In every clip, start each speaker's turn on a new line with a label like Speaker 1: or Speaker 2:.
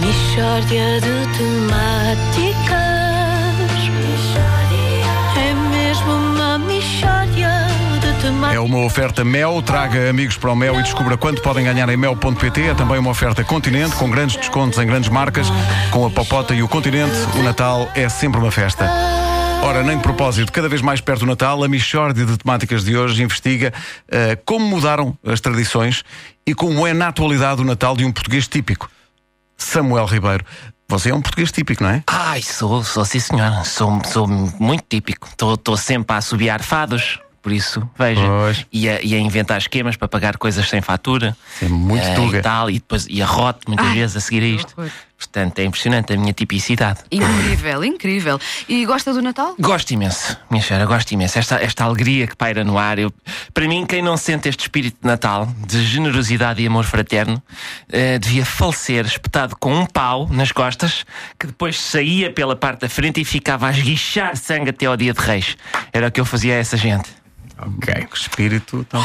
Speaker 1: Mistória de temáticas. É mesmo uma mistória de
Speaker 2: É
Speaker 1: temáticas.
Speaker 2: uma oferta Mel, traga amigos para o Mel e descubra quanto podem ganhar em mel.pt. É também uma oferta Continente, com grandes descontos em grandes marcas. Com a Popota e o Continente, o Natal é sempre uma festa. Ora, nem de propósito, cada vez mais perto do Natal, a Michórdia de Temáticas de hoje investiga eh, como mudaram as tradições e como é na atualidade o Natal de um português típico. Samuel Ribeiro, você é um português típico, não é?
Speaker 3: Ai, sou, sou sim senhora. Sou, sou muito típico. Estou sempre a assobiar fados, por isso, veja.
Speaker 2: Pois.
Speaker 3: E a, e a inventar esquemas para pagar coisas sem fatura.
Speaker 2: É muito
Speaker 3: eh,
Speaker 2: tuga.
Speaker 3: E tal, e depois e arrote muitas vezes a seguir a isto.
Speaker 4: que horror.
Speaker 3: Portanto, é impressionante a minha tipicidade.
Speaker 4: Incrível, incrível. E gosta do Natal?
Speaker 3: Gosto imenso, minha senhora, gosto imenso. Esta, esta alegria que paira no ar. Eu, para mim, quem não sente este espírito de Natal, de generosidade e amor fraterno, eh, devia falecer espetado com um pau nas costas, que depois saía pela parte da frente e ficava a esguichar sangue até ao dia de reis. Era o que eu fazia a essa gente.
Speaker 2: Ok, espírito. Então.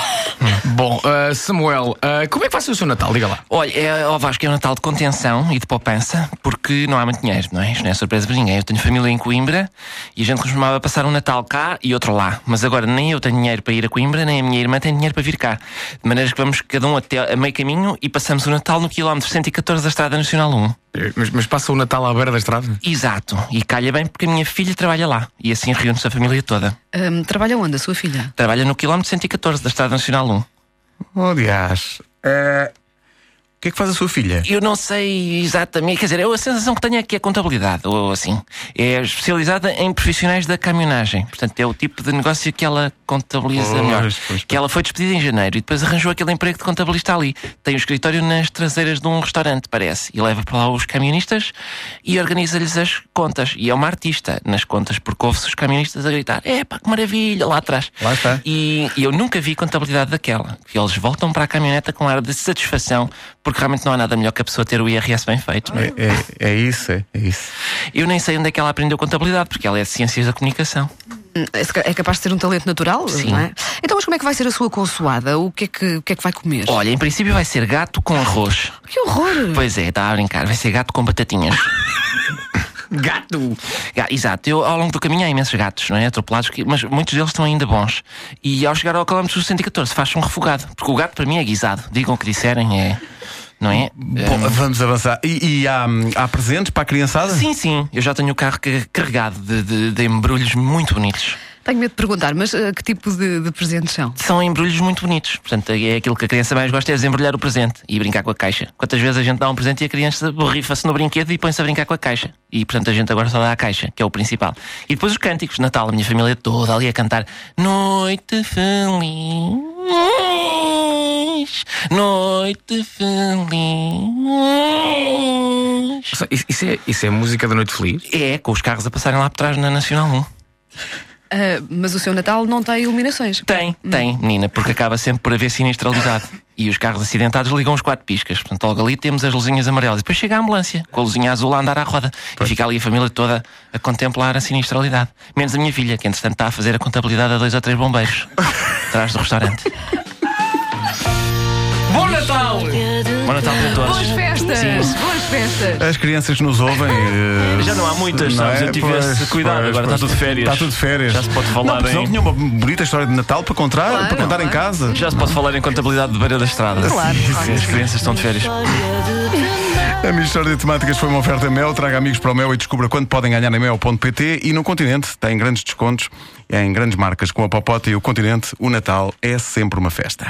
Speaker 5: Bom, ah, Samuel, ah, como é que vai ser o seu Natal? Diga lá.
Speaker 3: Olha, é, ó Vasco, é um Natal de contenção e de poupança, porque não há muito dinheiro, não é? Isto não é surpresa para ninguém. Eu tenho família em Coimbra e a gente costumava passar um Natal cá e outro lá. Mas agora nem eu tenho dinheiro para ir a Coimbra, nem a minha irmã tem dinheiro para vir cá. De maneira que vamos cada um até a meio caminho e passamos o Natal no quilómetro 114 da Estrada Nacional 1.
Speaker 5: Eh, Mas, mas passa o Natal à beira da estrada?
Speaker 3: Exato. E calha bem porque a minha filha trabalha lá e assim reúne-se a família toda.
Speaker 4: Hum, trabalha onde, a sua filha?
Speaker 3: Trabalha no quilómetro 114 da Estrada Nacional 1.
Speaker 2: Oh, diás. Eh, o que é que faz a sua filha?
Speaker 3: Eu não sei exatamente, quer dizer, eu a sensação que tenho é que é contabilidade, ou assim. É especializada em profissionais da caminhonagem. Portanto, é o tipo de negócio que ela contabiliza
Speaker 2: Pois,
Speaker 3: melhor.
Speaker 2: pois, pois.
Speaker 3: Que ela foi despedida em janeiro e depois arranjou aquele emprego de contabilista ali. Tem o escritório nas traseiras de um restaurante, parece. E leva para lá os camionistas e organiza-lhes as contas. E é uma artista nas contas, porque ouve-se os camionistas a gritar: é pá, que maravilha, lá atrás.
Speaker 2: Lá está.
Speaker 3: E, e eu nunca vi contabilidade daquela. Que eles voltam para a caminhoneta com ar de satisfação, porque realmente não há nada melhor que a pessoa ter o IRS bem feito. não é?
Speaker 2: É, é- é isso, é, é isso.
Speaker 3: Eu nem sei onde é que ela aprendeu contabilidade, porque ela é de ciências da comunicação.
Speaker 4: Hum, É se ca- é capaz de ter um talento natural,
Speaker 3: Sim.
Speaker 4: não é? Então, mas como é que vai ser a sua consoada? O que é que, o que, é que vai comer?
Speaker 3: Olha, em princípio vai ser gato com arroz.
Speaker 4: Que horror!
Speaker 3: Pois é, está a brincar, vai ser gato com batatinhas.
Speaker 5: Gato!
Speaker 3: Ga- Exato, eu, ao longo do caminho há imensos gatos, não é? Atropelados, que- mas muitos deles estão ainda bons. E ao chegar ao quilómetro 114 faz um refogado, porque o gato para mim é guisado. Digam o que disserem, é. Não é?
Speaker 2: Bom, vamos avançar. E, e há, há presentes para a criançada?
Speaker 3: Eh, Sim, sim, eu já tenho o carro ca- carregado de, de- de embrulhos muito bonitos.
Speaker 4: Tenho medo de perguntar, mas ah, que tipo de, de presentes são?
Speaker 3: São embrulhos muito bonitos, portanto é aquilo que a criança mais gosta é desembrulhar o presente e brincar com a caixa. Quantas vezes a gente dá um presente e a criança borrifa-se no brinquedo e põe-se a brincar com a caixa. E portanto a gente agora só dá a caixa, que é o principal. E depois os cânticos de Natal, a minha família toda ali a cantar Noite feliz, noite feliz.
Speaker 5: Isso, isso é, isso é música da Noite Feliz?
Speaker 3: É, com os carros a passarem lá por trás na Nacional 1.
Speaker 4: Ah, mas o seu Natal não tem iluminações.
Speaker 3: Tem, tem, menina, porque acaba sempre por haver sinistralidade. E os carros acidentados ligam os quatro piscas. Portanto, logo ali temos as luzinhas amarelas. E depois chega a ambulância, com a luzinha azul a andar à roda. E fica ali a família toda a contemplar a sinistralidade. Menos a minha filha, que entretanto está a fazer a contabilidade a dois ou três bombeiros. atrás do restaurante.
Speaker 5: Bom Natal!
Speaker 3: Bom Natal para todos.
Speaker 4: Boas festas!
Speaker 3: Sim.
Speaker 4: Boas festas!
Speaker 2: As crianças nos ouvem. eh,
Speaker 3: Já não há muitas,
Speaker 2: não
Speaker 3: sabes?
Speaker 2: é?
Speaker 3: Eu tive
Speaker 2: Pois,
Speaker 3: esse cuidado,
Speaker 2: pois,
Speaker 3: agora
Speaker 2: pois.
Speaker 3: está tudo de férias.
Speaker 2: Está tudo de férias.
Speaker 3: Já se pode falar
Speaker 2: não, mas Não
Speaker 3: em-
Speaker 2: tinha uma bonita história de Natal para contar,
Speaker 4: Claro,
Speaker 2: para contar em
Speaker 4: claro.
Speaker 2: casa.
Speaker 3: Já se pode falar em contabilidade de beira da estrada.
Speaker 4: Claro, claro.
Speaker 3: As crianças estão de férias.
Speaker 2: A minha história de temáticas foi uma oferta Mel. Traga amigos para o Mel e descubra quanto podem ganhar em mel.pt e no Continente tem grandes descontos em grandes marcas. Com a Popota e o Continente, o Natal é sempre uma festa.